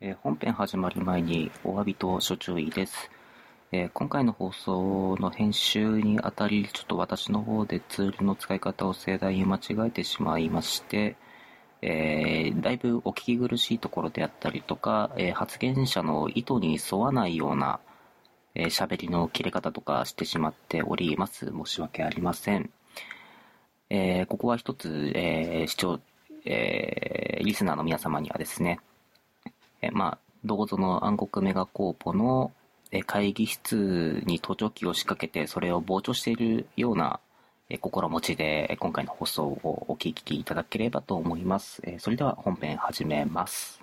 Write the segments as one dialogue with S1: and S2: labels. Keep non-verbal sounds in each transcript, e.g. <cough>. S1: えー本編始まる前にお詫びと所注意です。えー今回の放送の編集にあたり、ちょっと私の方でツールの使い方を盛大に間違えてしまいまして、えーだいぶお聞き苦しいところであったりとか、えー発言者の意図に沿わないようなえー喋りの切れ方とかしてしまっております。申し訳ありません。えーここは一つ、えー視聴、えーリスナーの皆様にはですね、えーまあ、どうぞの暗黒メガコーポのえー会議室に盗聴器を仕掛けて、それを傍聴しているようなえー心持ちで、えー今回の放送をお聞きいただければと思います。えーそれでは本編始めます。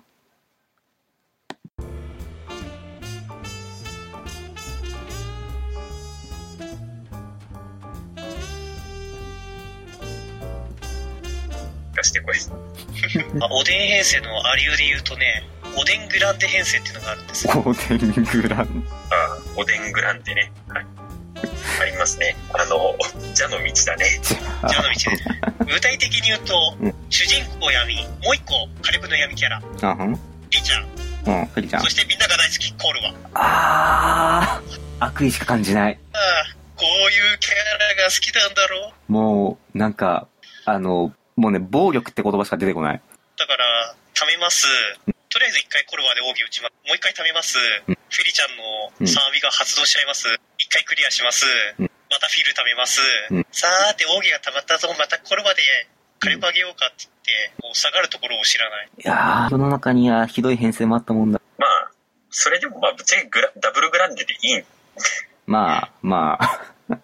S2: 出してこい。 <laughs> あおでん編成のアリウで言うとね、おでんグランデ編成っていうのがあるんですよ。
S1: ゴーデングラン
S3: あーおでんグランデね。はい。ありますね。あの、蛇の道だね。
S2: ジョの道で。具体的に言うと
S1: うん、
S2: 主人公闇、もう一個、火力の闇キャラ、
S1: ド。うん、うん、
S2: リちゃん、
S1: クリちゃん
S2: そ。してみんなが大好き、コールは。
S1: あー、悪意しか感じない。
S2: ああ、こういうキャラが好きなんだろう。
S1: もう、なんか、あの、もうね、暴力って言葉しか出てこない。
S2: だから、貯めます。とりあえず一回コルワで奥義打ちます。もう一回貯めます。
S1: う
S2: フ
S1: ん
S2: ィリちゃんのサービが発動しちゃいます。一回クリアします。
S1: うん
S2: またフィル貯めます
S1: うん。
S2: さーて、奥義が溜まったぞ。またコルワで火力上げようかって言って、もう下がるところを知らない。
S1: いやー、世の中にはひどい編成もあったもんだ。
S3: まあ、それでもまあ、ぶっちゃけグラダブルグランデでいい。
S1: まあ、まあ、
S3: ま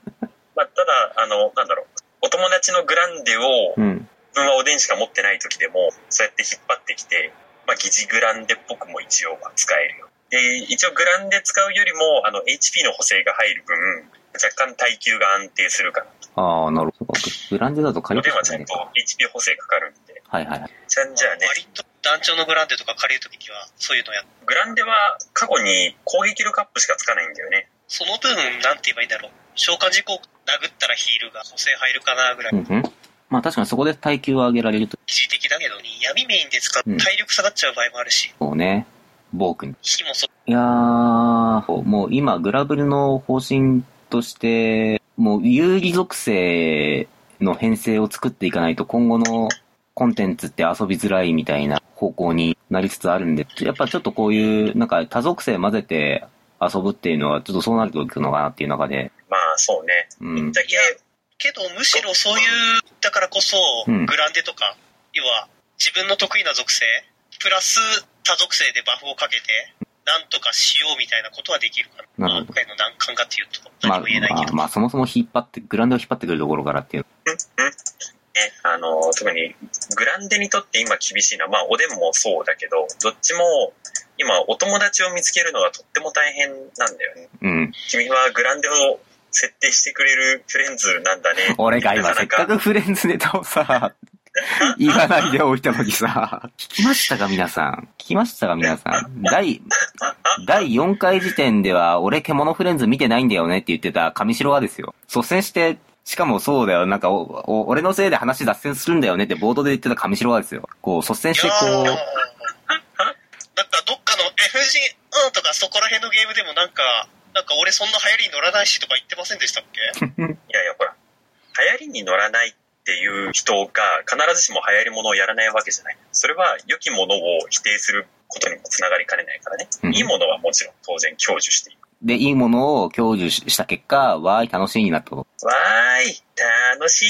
S3: あ、ただ、あの、なんだろう。お友達のグランデを、
S1: うん。
S3: 自分はおでんしか持ってない時でも、そうやって引っ張ってきて、まあ、疑似グランデっぽくも一応は使えるよ。で、一応グランデ使うよりも、あの、HP の補正が入る分、若干耐久が安定するから。
S1: あー、なるほど。グランデだと火力
S3: おで
S1: し
S3: ん
S1: か
S3: はちゃん
S1: ね
S3: と HP 補正かかるんで。
S1: はいはいはい。
S3: じゃんじゃあね。
S2: 割と団長のグランデとか借りるときには、そういうのやっ
S3: グランデは過去に攻撃力アップしかつかないんだよね。
S2: その分、なんて言えばいいんだろう。召喚時効果殴ったらヒールが補正入るかなぐらい。
S1: うんうん。まあ確かにそこで耐久を上げられると、
S2: 一時的だけどに、闇メインで使う
S1: うん
S2: 体力下がっちゃう場合もあるし、
S1: こうね、暴君。
S2: 火もそ
S1: いやー、もう今、グラブルの方針として、もう有利属性の編成を作っていかないと、今後のコンテンツって遊びづらいみたいな方向になりつつあるんで、やっぱちょっとこういう、なんか多属性混ぜて遊ぶっていうのは、ちょっとそうなるといくのかなっていう中で、
S3: まあそうね。
S1: うん。
S3: だけ
S2: いやけどむしろそういうだからこそ
S1: うん
S2: グランデとか、要は自分の得意な属性プラス他属性でバフをかけてなんとかしようみたいなことはできるかな
S1: なるほ
S2: 今回の難関かっていうと
S1: まあ、
S2: 何も言えない
S1: ま
S2: け
S1: あ、
S2: ど、
S1: まあ、そもそも引っ張って、グラウンドを引っ張ってくるところからっていう。
S3: ね、あの、特にグランデにとって今厳しいのは、まあおでんもそうだけど、どっちも今お友達を見つけるのがとっても大変なんだよね。
S1: うん。
S3: 君はグランデを設定してくれるフレンズなんだね。
S1: 俺が今せっかくフレンズネタをさ、言わないでおいたのにさ、聞きましたか皆さん。聞きましたか皆さん。第、第4回時点では、俺獣フレンズ見てないんだよねって言ってた上白はですよ。率先して、しかもそうだよ、なんかお、お俺のせいで話脱線するんだよねって冒頭で言ってた上白はですよ。こう、率先して
S2: いやー
S1: こ
S2: なんかどっかの FGO とかそこら辺のゲームでもなんかなんか俺そんな流行りに乗らないしとか言ってませんでしたっけ
S3: いやいや、ほら、流行りに乗らないっていう人が必ずしも流行りものをやらないわけじゃない。それは良きものを否定することにもつながりかねないからね。
S1: うん
S3: いいものはもちろん当然享受していく
S1: う、で、いいものを享受した結果、わーい、楽しいなと。
S3: わーい、楽し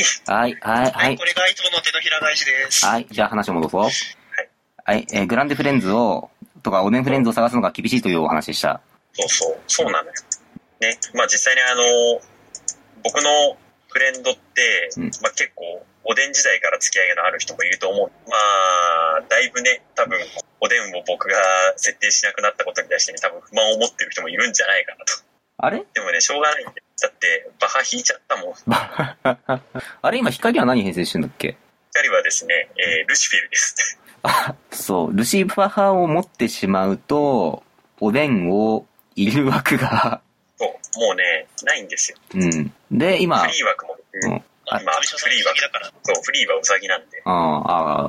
S3: い。
S1: はい、はい、はい。
S2: これがいつもの手のひら返しです
S1: はい、じゃあ話を戻そう。はい、えーグランデフレンズを、とか、おでんフレンズを探すのが厳しいというお話でした。
S3: そうそう、そうなのよ。ね、まあ実際にあの、僕のフレンドって、
S1: うん
S3: まあ結構、おでん時代から付き合いのある人もいると思う。まあ、だいぶね、多分、おでんを僕が設定しなくなったことに対してね、多分不満を持ってる人もいるんじゃないかなと。
S1: あれ
S3: でもね、しょうがないんで。だって、バハ引いちゃったもん。
S1: あれ今、光は何編成してんだっけ
S3: 二人はですね、えールシフェルです。 <laughs>
S1: そう、ルシーファー派を持ってしまうと、おでんを入れる枠が、 <laughs>
S3: そう、もうね、ないんですよ。
S1: うん。で、今、
S3: フリー枠も、
S1: うんあ
S3: 今、
S2: 富島さ
S3: フ
S2: ん
S3: リー
S2: 不思
S3: 枠
S2: 議、だから。
S3: そう、フリーはウサギなんで。
S1: あ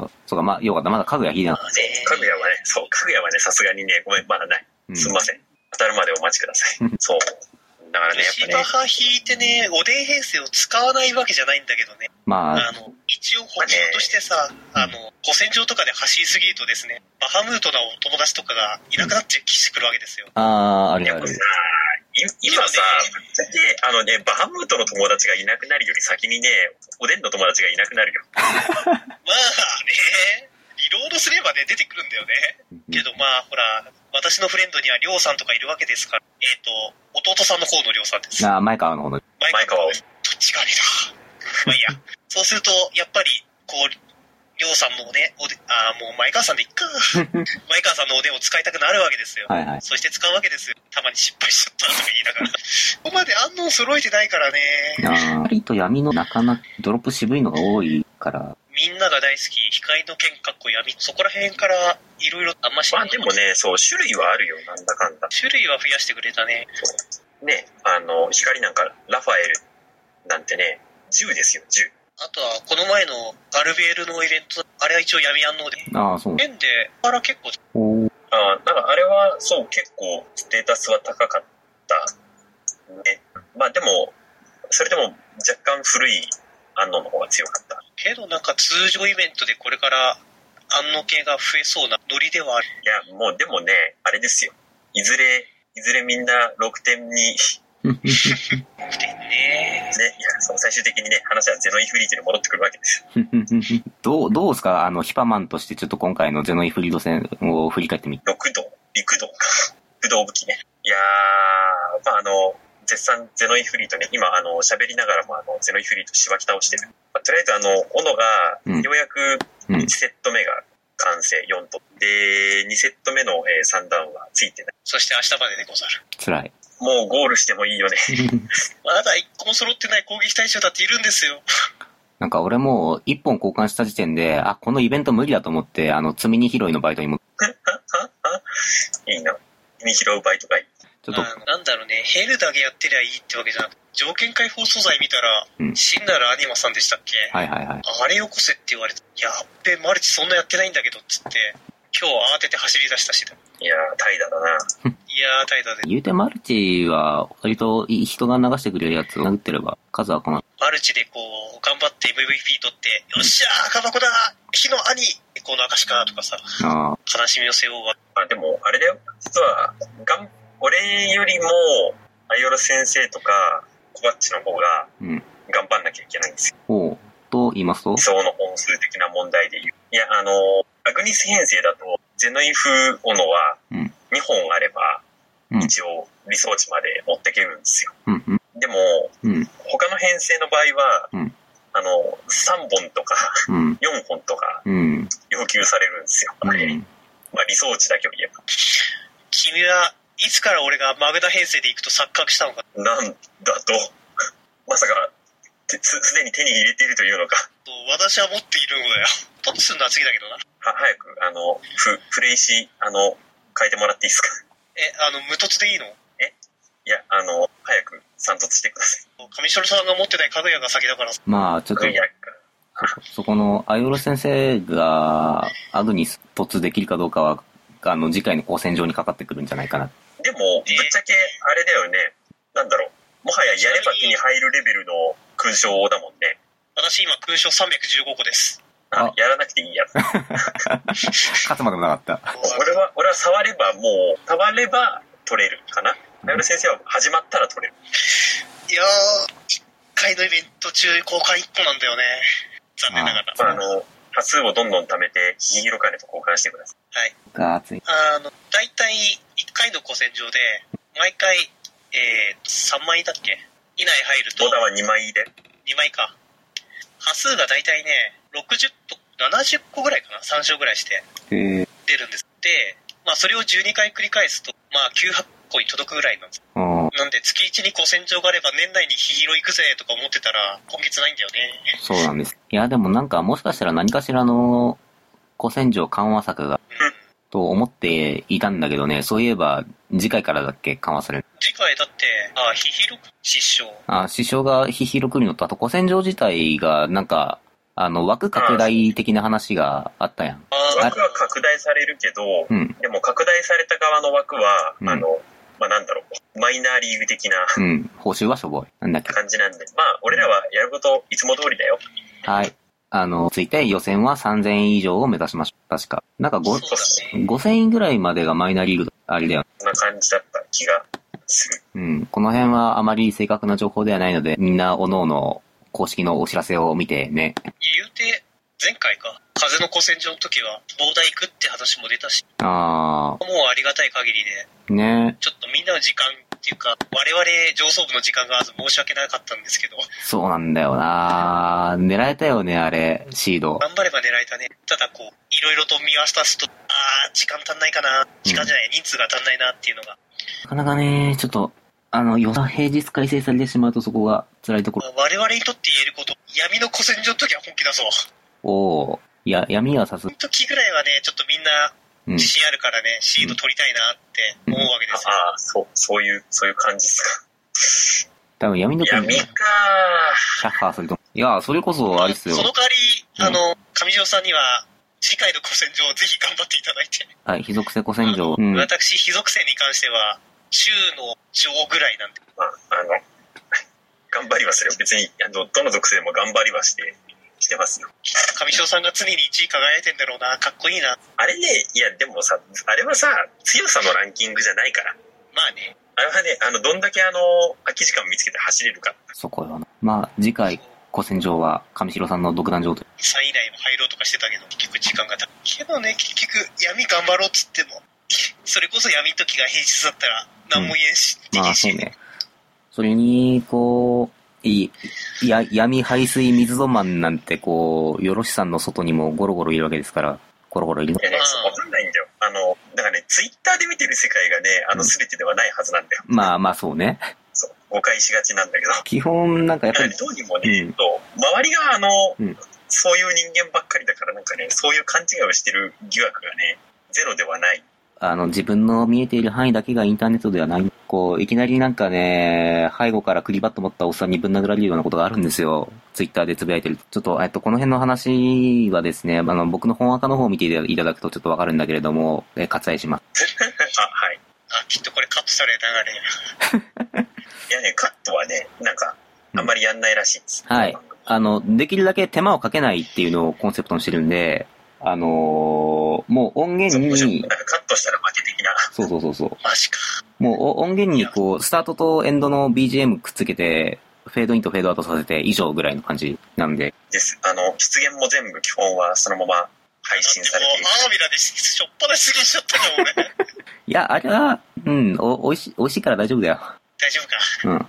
S1: あ、そうか、まあ、よかった。まだ家具が引いてなかっ
S3: そう、かぐやはね、そう、かぐやはね、さすがにね、ごめん、まだない。
S1: た。うん
S3: すんません。当たるまでお待ちください。そう。だからね、やっぱ
S2: 芝
S3: ね、
S2: 派引いてね、おでん編成を使わないわけじゃないんだけどね。
S1: まあ
S2: あ、の、一応補充としてさ、あの、古戦場とかで走りすぎるとですね、バハムートなお友達とかがいなくなっちゃう騎士来るわけですよ。
S1: ああー、あ
S3: い
S1: る
S3: や、
S1: あ
S3: これ
S1: る
S3: さ。、い今さ、で、あのね、バハムートの友達がいなくなるより先にね、おでんの友達がいなくなるよ。
S2: まあね、リロードすればね、出てくるんだよね。けどまあ、ほら、私のフレンドにはりょうさんとかいるわけですから、えっ、と、弟さんの方のりょうさんです。
S1: ああ、前川の方の。
S2: 前川
S3: 前川
S2: です。どっちがあれだ。まあいいや。そうすると、やっぱり、こう、りょうさんのね、おで、ああ、もう前川さんでいっか。前川さんのおでんを使いたくなるわけですよ。
S1: はいはい。
S2: そして使うわけですよ。たまに失敗しちゃったとか言いながら。ここまで安納揃えてないからね。
S1: ああ、光と闇のなかなかドロップ渋いのが多いから、
S2: みんなが大好き、光の剣かっこ闇。そこら辺から、いろいろあんまし
S3: まあでもね、そう、種類はあるよ、なんだかんだ。
S2: 種類は増やしてくれたね。
S3: ね、あの、光なんか、ラファエルなんてね、銃ですよ、銃。
S2: あとは、この前のガルベールのイベント、あれは一応闇安納で。
S1: ああ、そう。
S2: 剣で、あら結構、
S1: おー
S3: あーなんかあれは、そう、結構、ステータスは高かった。ね。まあでも、それでも、若干古い安納の方が強かった。
S2: けどなんか通常イベントでこれから安納系が増えそうなノリではある。
S3: いや、もうでもね、あれですよ。いずれ、いずれみんな6点に、
S2: でね。
S3: ね、いや、そう最終的にね、話はゼロインフリートに戻ってくるわけですよ。
S1: <laughs> どう、どうですかあの、ヒパマンとしてちょっと今回のゼノイフリード戦を振り返ってみて。
S3: 六道、陸道か。不動武器ね。いやー、まああの、絶賛ゼノインフリートね、今、あの、喋りながらも、あの、ゼノインフリートしばき倒してる。まあとりあえず、あの、斧が、
S1: うん
S3: ようやく
S1: うん
S3: 1セット目が完成、4と。で、2セット目の、え3段はついてない。
S2: そして明日まででござる。
S1: 辛い。 <laughs>
S3: もうゴールしてもいいよね。 <laughs>
S2: まだ一個も揃ってない攻撃対象だっているんですよ。
S1: なんか俺もう一本交換した時点で、あ、このイベント無理だと思って、あの、積み荷拾いのバイトにも、
S3: いいな。君拾うバイトがいい。
S1: ちょっと、
S2: あのなんだろうね、ヘルだけやってりゃいいってわけじゃなくて、条件解放素材見たら、
S1: うん
S2: 死んだらアニマさんでしたっけ、
S1: はいはいはい。
S2: あれよこせって言われて、やっべ、マルチそんなやってないんだけどっつって、今日慌てて走り出したしだ。
S3: いやー、怠惰だな。
S2: いやー、怠惰で。
S1: 言うてマルチは、割といい人が流してくれるやつを殴ってれば、数は来ない。
S2: マルチでこう、頑張って MVP 取って、よっしゃー、赤箱だ火の兄この証かとかさ、
S1: あ
S2: 悲しみを背負うわ。
S3: あ、でも、あれだよ。実は、がん、俺よりも、アイオロ先生とか、コバッチの方が、
S1: うん
S3: 頑張んなきゃいけないんですよ
S1: あ、。ほう。と言いますと
S3: 理、想の本数的な問題で言う。いや、あの、アグニス編成だと、ゼノイフ斧は、
S1: うん
S3: 2本あれば
S1: う、ん
S3: 一応、理想値まで持ってけるんですよ。
S1: うんうん。
S3: でも、
S1: うん。
S3: 他の編成の場合は、
S1: うん
S3: あの、3本とか、
S1: うん。
S3: 4本とか、
S1: うん。
S3: 要求されるんですよ。
S1: うん。
S3: まあ、理想値だけを言えば。
S2: 君はいつから俺がマグダ編成で行くと錯覚したのか
S3: なんだと、 <laughs> まさか、てす、すでに手に入れているというのか。
S2: と私は持っているのだよ。 <laughs> トップするのは次だけどな。
S3: は、早く、あの、ふ、プレイし、あの、変えてもらっていいですか。 <laughs>
S2: え、あの、無凸でいいの
S3: いや、あの、早く散突してくださ
S2: 上白さんが持ってない家具屋が先だからさ
S1: まあ、ちょっと
S3: い。い、や、
S1: そこの、アイオロ先生が、アグニス突できるかどうかは、あの、次回の交戦場にかかってくるんじゃないかな。
S3: でも、ぶっちゃけ、あれだよね。なんだろう。もはややれば手に入るレベルの勲章だもんね。
S2: 私今勲章315個です。
S3: あ
S1: あ
S3: やらなくていいやつ。
S1: 勝つまでもなかった。
S3: 俺は、俺は触ればもう、触れば取れるかな。なる先生は始まったら取れる。
S2: いやー、1回のイベント中交換1個なんだよね。残念ながら。
S3: まあ、あの、端数をどんどん貯めて、ヒーロー金と交換してください。
S1: が、熱い。
S2: あの、大体、1回の古戦場で、毎回、えー、3枚だっけ以内入ると
S3: ボ、ダは2枚入れ。
S2: 2枚か。波数が大体ね、60と70個ぐらいかな ?3 章ぐらいして
S1: へえ。
S2: 出るんです。で、まあそれを12回繰り返すと、まあ900個に届くぐらいなんです。
S1: ああ、
S2: なんで月1に古戦場があれば年内にヒーロー行くぜとか思ってたら、今月ないんだよね。
S1: そうなんです。いや、でもなんか、もしかしたら何かしらの、古戦場緩和策が
S2: うん。
S1: と思っていたんだけどね、そういえば次回からだっけ緩和される。
S2: 次回だって、あ、ひひろく失笑。
S1: あ、師匠がひひろくるのと、あと古戦場自体がなんか、あの、枠拡大的な話があったやん。
S2: あー
S3: 枠は拡大されるけど、
S1: うん、
S3: でも拡大された側の枠は、
S1: うん
S3: あの、まあ、なんだろう、マイナーリーグ的な
S1: うん、報酬はしょぼい。なんだっけ。
S3: 感じなんで、まあ、俺らはやることいつも通りだよ。
S1: はい。あの、ついて予選は3000以上を目指しましょう。確か。なんか
S2: そう
S1: 5、
S2: だね。
S1: 5000位ぐらいまでがマイナーリーグ、あれだよ。
S3: そんな感じだった気がする。
S1: うん。この辺はあまり正確な情報ではないので、みんな各々公式のお知らせを見てね。
S2: 言うて、前回か、風の古戦場の時は、膨大行くって話も出たし、
S1: あ
S2: もうありがたい限りで、
S1: ー、ね
S2: ちょっとみんなの時間っていうか、我々上層部の時間があず申し訳なかったんですけど、
S1: そうなんだよな狙えたよね、あれ、シード。
S2: 頑張れば狙えたね。ただこう、いろいろと見渡すと、あー、時間足んないかな、時間じゃない、人数が足んないなっていうのが、
S1: なかなかね、ちょっと、あの、予算平日改正されてしまうとそこが辛いとこ
S2: ま
S1: ろ。
S2: あ我々にとって言えること、闇の古戦場の時は本気だぞ。
S1: おー、いや、闇はさす
S2: その、時ぐらいはね、ちょっとみんな
S1: うん
S2: 自。信あるからね、シード取りたいなって思うわけで
S3: あ
S2: すよ。
S3: あー、そう、そういう、そういう感じですか。
S1: 多分闇の国
S3: 闇
S1: シ
S3: か
S1: ャッハーすると思う。いや、それこそあれっすよ
S2: そ。の代わり、
S1: うん
S2: あの、上条さんには、次回の古戦場をぜひ頑張っていただいて。
S1: はい、非属性古戦場。うん。
S2: 私、非属性に関しては、週の上ぐらいなんで。
S3: まあ、あの、 <laughs> 頑張りはするよ。別に、あの、どの属性も頑張りはして、してますよ。
S2: 上条さんが常に1位輝いてんだろうな、かっこいいな。
S3: あれね、いや、でもさ、あれはさ、強さのランキングじゃないから。
S2: まあね。
S3: あれはね、あの、どんだけあの、空き時間見つけて走れるか。
S1: そこよな。まあ、次回、古戦場は上白さんの独壇場と。
S2: 3位以内も入ろうとかしてたけど、結局時間がたけどね、結局、闇頑張ろうっつっても、 <laughs> それこそ闇の時が平日だったら、何も言えんし、でき
S1: ま
S2: ん
S1: あ、
S2: し
S1: そうね。それに、こう、いいや、闇排水水ぞまんなんて、こう、よろしさんの外にもゴロゴロいるわけですから、ゴロゴロいるの
S3: い。やね、
S2: うん
S3: わかんないんだよ。あの、だからね、ツイッターで見てる世界がね、あ
S1: う
S3: の、
S1: ん
S3: すべてではないはずなんだよ。
S1: まあまあ、そうね。
S3: そう、誤解しがちなんだけど。
S1: 基本、なんかや
S3: だ
S1: っぱ
S3: から
S1: り
S3: ね、どうにもね、
S1: うん
S3: と周りがあの、
S1: うん
S3: そういう人間ばっかりだからなんかね、そういう勘違いをしてる疑惑がね、ゼロではない。
S1: あの、自分の見えている範囲だけがインターネットではない。こう、いきなりなんかね、背後からクリバット持ったおっさんにぶん殴られるようなことがあるんですよ。ツイッターでつぶやいてると。ちょっと、えっと、この辺の話はですね、あの、僕の本赤の方を見ていただくとちょっとわかるんだけれども、えー割愛します。
S3: あ、はい。
S2: あ、きっとこれカットされた流れ。
S3: いやね、カットはね、なんか、あんまりやんないらしいです。
S1: はいあの、できるだけ手間をかけないっていうのをコンセプトにしてるんで、あのーもう音源
S3: そうむしろ
S1: に
S3: なん、かカットしたら負け的な。
S1: そうそうそうそう。
S2: マジか。
S1: もうお音源にこう、スタートとエンドの BGM くっつけて、フェードインとフェードアウトさせて以上ぐらいの感じなんで、
S3: です。あの、出現も全部基本はそのまま配信されている
S2: もう、アワビラでしょっぱなすぎしちゃったもん俺。
S1: いや、あれは、うん、お、おいしい、おいしいから大丈夫だよ。
S2: 大丈夫か
S1: うん、
S2: 本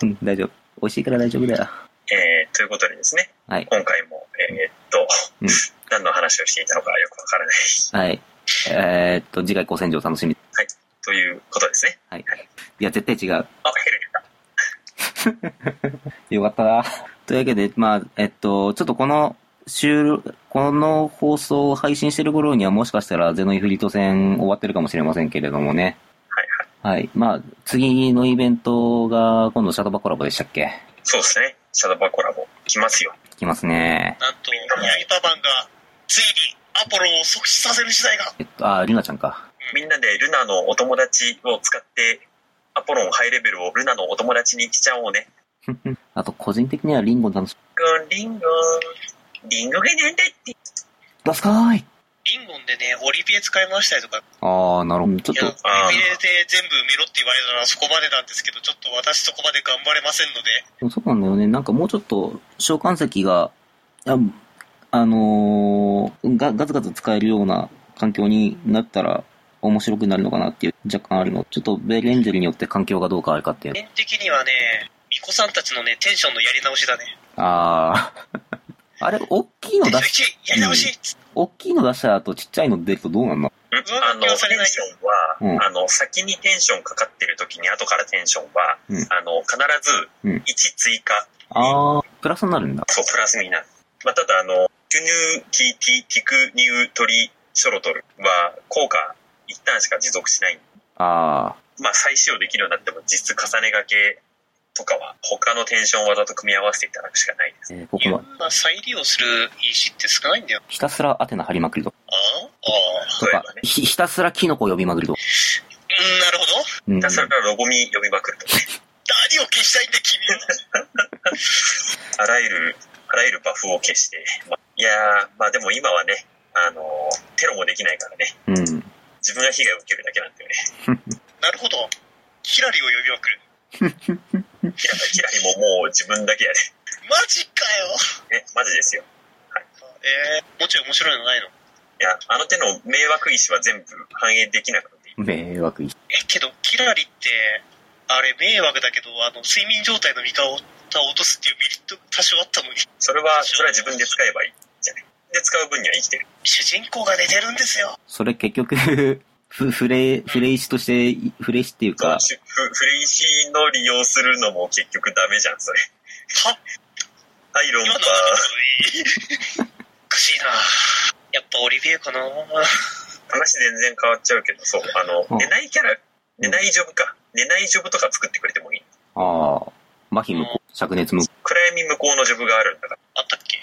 S2: 当に。
S1: うん、大丈夫。おいしいから大丈夫だよ。
S3: えーということでですね、
S1: はい
S3: 今回も、えーっと、
S1: うん
S3: 何の話をしていたのかよくわからない
S1: はい。えーっと、次回、高戦場楽しみ。
S3: ということですね。
S1: はい。いや、絶対違う。
S3: あ、ヘルだ。
S1: よかったな。というわけで、まあ、えっと、ちょっとこの、収録この放送を配信してる頃にはもしかしたらゼノイフリート戦終わってるかもしれませんけれどもね。
S3: はいはい。
S1: はい。まあ、次のイベントが今度シャドバコラボでしたっけ
S3: そうですね。シャドーバーコラボ来ますよ。
S1: 来ますね。
S2: なんと、闇パパンが、ついにアポロを即死させる時代が。
S1: えっと、あ、リナちゃんか。
S3: みんなでルナのお友達を使って、アポロンハイレベルをルナのお友達にしちゃおうね。
S1: あと、個人的にはリンゴ楽し
S3: ゴンリンゴン。リンゴがなんだって。
S1: み。出すかーい
S2: リンゴンでね、オリビエ使い回したりとか、
S1: あー、なるほど。ちょ
S2: いや、オ
S1: っと、
S3: あー
S2: リビエで全部埋めろって言われたらそこまでなんですけど、ちょっと私そこまで頑張れませんので、
S1: でもそうなんだよね。なんかもうちょっと、召喚石が、ああのーが、ガツガツ使えるような環境になったら、面白くなるのかなっていう若干あるの。ちょっとベレンジェルによって環境がどう変わるかっていう。
S2: 面的にはね、巫女さんたちのね、テンションのやり直しだね。
S1: あー。あ <laughs> れ、大きいの
S2: テン
S1: 出し、
S2: ション1、やり直し、
S1: 大きいの出した後ちっちゃいの出るとどうなんの
S3: うん
S2: 上
S3: あ
S2: 書
S3: の、
S2: き
S3: テ
S2: は
S3: ンシ
S2: されないよ
S3: ョンは、
S1: うん
S3: あの、先にテンションかかってる時に後からテンションは、
S1: うん
S3: あの、必ず
S1: うん
S3: 1追加、
S1: あー、プラスになるんだ。
S3: そう、プラスになる。まあ、ただ、あの、トゥヌーティティティクニュートリショロトルは効果一旦しか持続しない。
S1: あ
S3: まあ再使用できるようになっても実質重ね掛けとかは他のテンション技と組み合わせていただくしかないです。
S1: ー、えー
S2: い
S1: 僕
S2: ろ
S1: は
S2: んな再利用する石って少ないんだよ。
S1: ひたすらアテナ張りまくりと
S2: ああああ。
S1: と
S3: 例え
S1: か
S3: ばね、、
S1: ひひたすらキノコ呼びまくりと。
S2: うん、なるほど。
S1: うん
S3: ひたすらロゴミ読みまくると。
S2: 何を消したいんだ、君は。
S3: あらゆる、あらゆるバフを消して。まあいやー、まあでも今はね、あのーテロもできないからね。
S1: うん。
S3: 自分が被害を受けるだけなんだよね。
S2: なるほど。ヒラリを呼びまくる。
S3: キラキラリももう自分だけや
S2: マジかよ。
S3: で。ね、マジですよ。
S2: えー、もうちょい面白いのないの
S3: いや、あの手の迷惑石は全部反映できなくていい。
S1: 迷惑い。
S2: え、けど、キラリって、あれ迷惑だけど、あの、睡眠状態の味方を落とすっていうメリット多少あったのに、
S3: それは、それは自分で使えばいいじゃない。で、使う分には生きてる。
S2: 主人公が寝てるんですよ。
S1: それ結局、 <laughs> ふ、フレ、フレ石として、フレ石っていうか、
S3: しふフレイシーの利用するのも結局ダメじゃん、それ。
S2: は
S3: アイロン
S2: 今
S3: は
S2: の、おかしいなやっぱオリビエかな
S3: 話全然変わっちゃうけど、そう、あの、
S1: うん
S3: 寝ないキャラ、寝ないジョブか。寝ないジョブとか作ってくれてもいい。
S1: ああ、麻痺無効、灼熱無効。
S3: 暗闇向こうのジョブがあるんだか
S2: あったっけ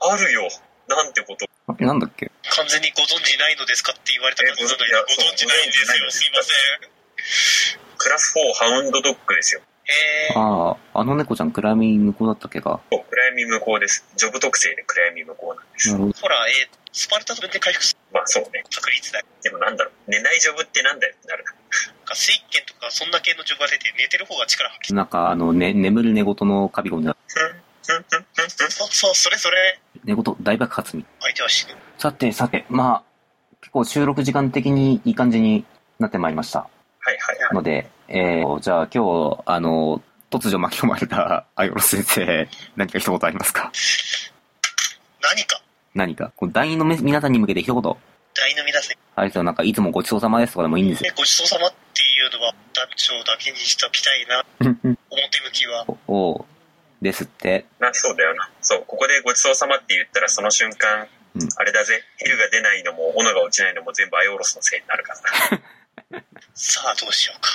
S3: ら。あるよ。なんてこと。
S1: あれなんだっけ
S2: 完全にご存知ないのですかって言われた感じなのに
S3: え、
S2: ご存知ないんですよ。
S3: ご存
S2: すいませ
S3: 知
S2: ん。
S3: クラス4ハウンドドッグですよ。
S2: えー、
S1: ああ、あの猫ちゃん暗闇無効だったっけか。
S3: そう暗闇向こうです。ジョブ特性で暗闇向こうなんです。
S1: なるほど。
S2: ほら、えー、スパルタと分で回復する
S3: まあそうね。
S2: 確率だよ。
S3: でもなんだろう。寝ないジョブってなんだよってなるな。
S2: なんか、水拳とかそんな系の序盤出て、寝てる方が力発揮
S1: なんか、あの、ね、眠る寝言のカビゴンだ。
S3: ふんふんふんふん
S2: そうそう、それそれ、
S1: 寝言大爆発み。
S2: 相手は死ぬ。
S1: さて、さて、まあ、結構収録時間的にいい感じになってまいりました。
S3: はいはいはい。
S1: ので、えー、じゃあ今日、あの、突如巻き込まれたアイオロス先生、何か一言ありますか
S2: 何か、
S1: 何か、こう団員のめ皆さんに向けて一言。
S2: 大の皆さん、
S1: あれですよ、なんかいつもごちそうさまですとかでもいいんですよ。
S3: <laughs>
S2: ごちそうさまっていうのは、団長だけにしておきたいな、表向きは。
S1: おおうですって。
S3: な、そうだよな。そう、ここでごちそうさまって言ったらその瞬間、
S1: うん
S3: あれだぜ、ヘルが出ないのも、斧が落ちないのも全部アイオロスのせいになるからな。
S2: さあ、どうしようか。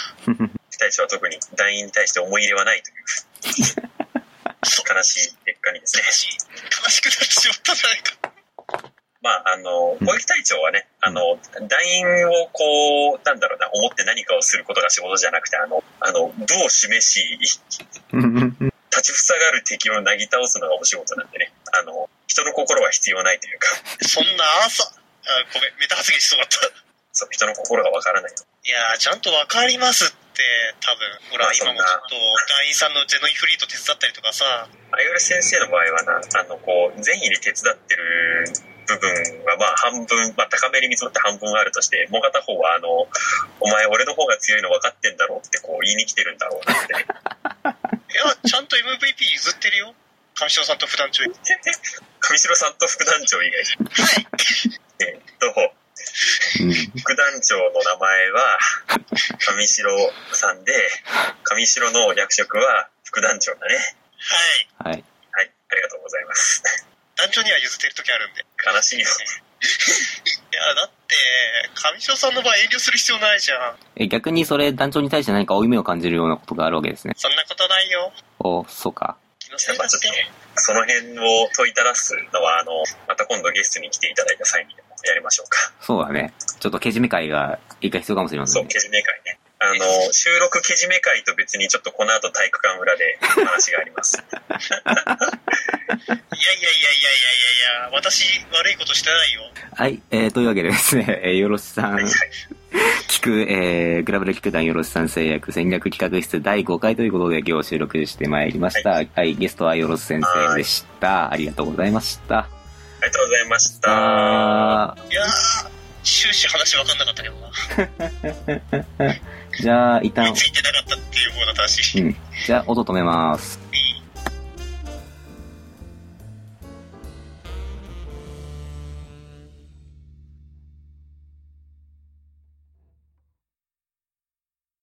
S3: 期待値は特に団員に対して思い入れはないという悲しい結果にですね
S2: 悲。しい、悲しくなってしまったじゃないか。
S3: まあ、あの、小池隊長はね、あの、団員をこう、なんだろうな、思って何かをすることが仕事じゃなくて、あの、あの、部を示し、立ちふさがる敵をなぎ倒すのがお仕事なんでね、あの、人の心は必要ないというか、
S2: そんな朝、あごめん、メタ発言しそうだった。
S3: そう、人の心がわからない。
S2: いやー、ちゃんとわかりますって、多分。ほら
S3: まあ、
S2: 今もちょ
S3: そんな
S2: っと、団員さんのゼノイフリート手伝ったりとかさ、
S3: あゆる先生の場合はな、あの、こう、善意で手伝ってる部分は、まあ、半分、まあ、高めに見積もって半分あるとして、もう片方は、あの、お前、俺の方が強いの分かってんだろうって、こう、言いに来てるんだろうなって。
S2: い
S3: <laughs>
S2: や、ちゃんと MVP 譲ってるよ。上白さんと普段中に。
S3: 上白さんと副団長以外。えっと、
S1: うん
S3: 副団長の名前は、上白さんで、上白の役職は副団長だね。
S1: は
S2: はい。
S1: い。
S3: はい、ありがとうございます。
S2: 団長には譲ってる時あるん
S3: <laughs>
S2: で。
S3: 悲しいよ。
S2: いや、だって、上白さんの場合遠慮する必要ないじゃん。
S1: え、逆にそれ団長に対して何か負い目を感じるようなことがあるわけですね。
S2: そんなことないよ。
S1: おそうか。
S2: 気のせいだ
S3: まあ
S2: っ
S3: ちょっと
S2: て。
S3: その辺を問いただすのは、あの、また今度ゲストに来ていただいた際にでもやりましょうか。
S1: そうだね。ちょっとけじめ会が一回必要かもしれませ
S3: そ
S1: ん
S3: う、
S1: ね。
S3: けじめ会ね。あの、収録けじめ会と別にちょっとこの後体育館裏で話があります。
S2: いやいやいやいやいやいやいや、私、悪いことしてないよ。
S1: はい。えー、というわけでですね、えー、よろしさん
S3: はい、はい。
S1: 聞く、えー、グラブル聞く団よろしさん制約戦略企画室第5回ということで今日収録してまいりました。は、
S3: はい
S1: ゲストはよろし先生でした。ありがとうございました。
S3: ありがとうございました。
S1: あ
S2: いやー、終始話分かんなかったけどな。
S1: ーじゃあ、一
S2: 追い
S1: 旦、
S2: ついてなかったっていう方だったらしい。
S1: うん。じゃあ、音止めます。
S2: いい